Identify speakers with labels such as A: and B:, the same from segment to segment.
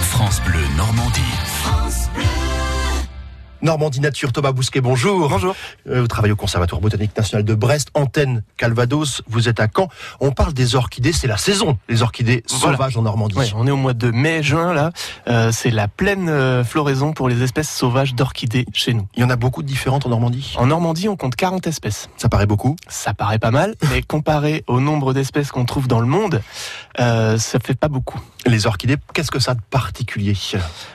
A: France Bleu Normandie.
B: Normandie Nature, Thomas Bousquet, bonjour.
C: Bonjour.
B: Euh, Vous travaillez au Conservatoire Botanique National de Brest, antenne Calvados, vous êtes à Caen. On parle des orchidées, c'est la saison, les orchidées
C: Voilà.
B: sauvages en Normandie.
C: Ouais, on est au mois de mai-juin là. Euh, c'est la pleine euh, floraison pour les espèces sauvages d'orchidées chez nous.
B: Il y en a beaucoup de différentes en Normandie.
C: En Normandie, on compte 40 espèces.
B: Ça paraît beaucoup.
C: Ça paraît pas mal, mais comparé au nombre d'espèces qu'on trouve dans le monde, euh, ça fait pas beaucoup.
B: Les orchidées, qu'est-ce que ça de particulier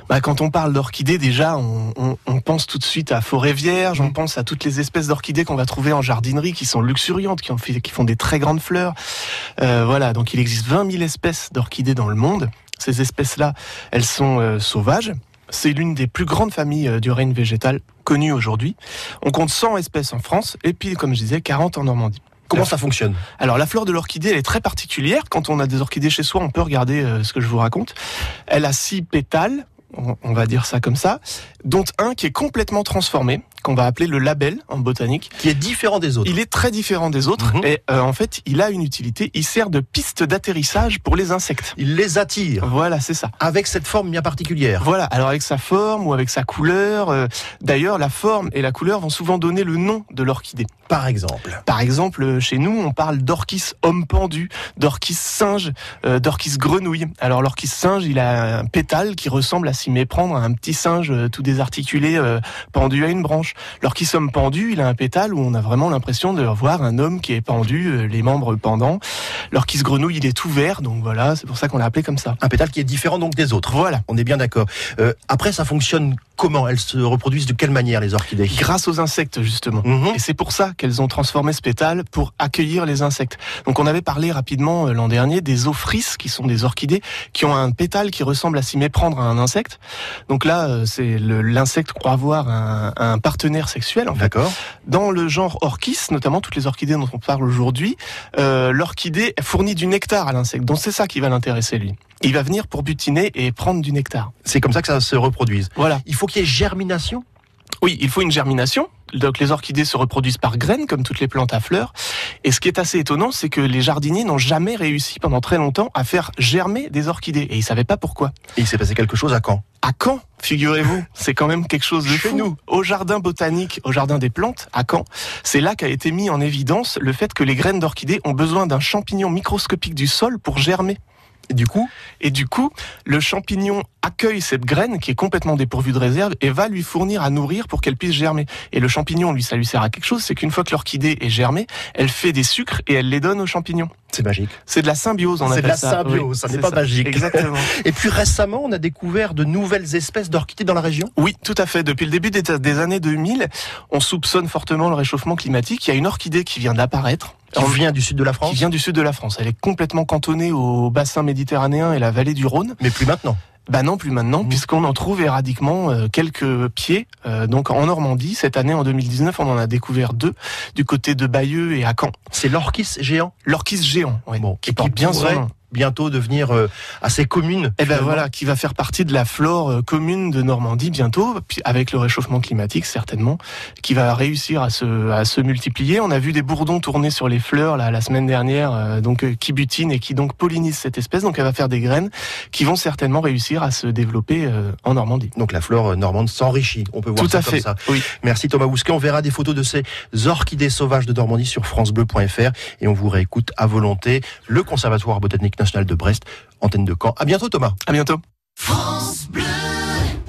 C: Bah, quand on parle d'orchidées, déjà, on, on- on pense tout de suite à forêt vierge, on pense à toutes les espèces d'orchidées qu'on va trouver en jardinerie, qui sont luxuriantes, qui, en fait- qui font des très grandes fleurs. Euh, voilà, donc il existe 20 000 espèces d'orchidées dans le monde. Ces espèces-là, elles sont euh, sauvages. C'est l'une des plus grandes familles euh, du règne végétal connues aujourd'hui. On compte 100 espèces en France, et puis, comme je disais, 40 en Normandie.
B: Comment ça fonctionne
C: Alors la fleur de l'orchidée, elle est très particulière. Quand on a des orchidées chez soi, on peut regarder euh, ce que je vous raconte. Elle a six pétales, on, on va dire ça comme ça, dont un qui est complètement transformé, qu'on va appeler le label en botanique.
B: Qui est différent des autres
C: Il est très différent des autres
B: Mhm.
C: et euh, en fait, il a une utilité. Il sert de piste d'atterrissage pour les insectes.
B: Il les attire
C: Voilà, c'est ça.
B: avec cette forme bien particulière.
C: Voilà, alors avec sa forme ou avec sa couleur. euh, D'ailleurs, la forme et la couleur vont souvent donner le nom de l'orchidée.
B: Par exemple,
C: Par exemple, euh, chez nous, on parle d'orchis homme pendu, d'orchis singe, euh, d'orchis grenouille. Alors l'orchis singe, il a un pétale qui ressemble à s'y méprendre à un petit singe euh, tout désarticulé euh, pendu à une branche. L'orchis homme pendu, il a un pétale où on a vraiment l'impression de voir un homme qui est pendu, euh, les membres pendants. L'orchis grenouille, il est tout vert, donc voilà, c'est pour ça qu'on l'a appelé comme ça.
B: un pétale qui est différent donc des autres.
C: Voilà.
B: On est bien d'accord. Euh, après, ça fonctionne comment Elles se reproduisent de quelle manière les orchidées
C: Grâce aux insectes, justement.
B: Mhm.
C: Et c'est pour ça qu'elles ont transformé ce pétale pour accueillir les insectes. Donc on avait parlé rapidement euh, l'an dernier des ophrys, qui sont des orchidées, qui ont un pétale qui ressemble à s'y méprendre à un insecte. Donc là, euh, c'est le- l'insecte croit avoir un, un partenaire sexuel. En fait.
B: D'accord.
C: Dans le genre orchis, notamment toutes les orchidées dont on parle aujourd'hui, euh, l'orchidée fournit du nectar à l'insecte. Donc c'est ça qui va l'intéresser lui. Il va venir pour butiner et prendre du nectar.
B: C'est comme ça que ça se reproduise.
C: Voilà.
B: Il faut qu'il y ait germination.
C: Oui, il faut une germination. Donc les orchidées se reproduisent par graines, comme toutes les plantes à fleurs. Et ce qui est assez étonnant, c'est que les jardiniers n'ont jamais réussi pendant très longtemps à faire germer des orchidées. Et ils savaient pas pourquoi.
B: Et il s'est passé quelque chose à Caen.
C: À Caen, figurez-vous, c'est quand même quelque chose de
B: Chez
C: fou.
B: nous.
C: Au jardin botanique, au jardin des plantes, à Caen, c'est là qu'a été mis en évidence le fait que les graines d'orchidées ont besoin d'un champignon microscopique du sol pour germer.
B: Et du coup,
C: Et du coup, le champignon accueille cette graine qui est complètement dépourvue de réserve et va lui fournir à nourrir pour qu'elle puisse germer. Et le champignon, lui, ça lui sert à quelque chose, c'est qu'une fois que l'orchidée est germée, elle fait des sucres et elle les donne aux champignons.
B: c'est magique.
C: C'est de la symbiose, on
B: C'est de
C: appelle
B: la
C: ça.
B: symbiose, ça n'est
C: c'est
B: pas magique.
C: Exactement.
B: Et puis récemment, on a découvert de nouvelles espèces d'orchidées dans la région.
C: Oui, tout à fait. Depuis le début des, des années 2000, on soupçonne fortement le réchauffement climatique. Il y a une orchidée qui vient d'apparaître.
B: Qui
C: En-
B: vient du sud de la
C: qui
B: France,
C: vient du sud de la France. Elle est complètement cantonnée au bassin méditerranéen et la vallée du Rhône.
B: mais plus maintenant.
C: Bah non, plus maintenant,
B: Mm.
C: puisqu'on en trouve éradiquement euh, quelques pieds. Euh, donc en Normandie, cette année, en 2019, on en a découvert deux, du côté de Bayeux et à Caen.
B: C'est l'orchis géant,
C: L'orchis géant, ouais,
B: Bon,
C: qui
B: et
C: porte
B: qui
C: bien
B: pourrait-
C: son nom.
B: bientôt devenir euh, assez commune.
C: Eh ben
B: finalement.
C: voilà, qui va faire partie de la flore euh, commune de Normandie bientôt, puis avec le réchauffement climatique certainement, qui va réussir à se, à se multiplier. On a vu des bourdons tourner sur les fleurs là, la semaine dernière, euh, donc euh, qui butinent et qui donc pollinisent cette espèce. Donc elle va faire des graines qui vont certainement réussir à se développer euh, en Normandie.
B: Donc la flore euh, normande s'enrichit. On peut voir
C: Tout
B: ça
C: à
B: comme
C: fait.
B: ça.
C: Oui.
B: Merci Thomas Bousquet. On verra des photos de ces orchidées sauvages de Normandie sur francebleu.fr et on vous réécoute à volonté. Le Conservatoire botanique national de Brest, antenne de Caen. À bientôt Thomas.
C: À bientôt.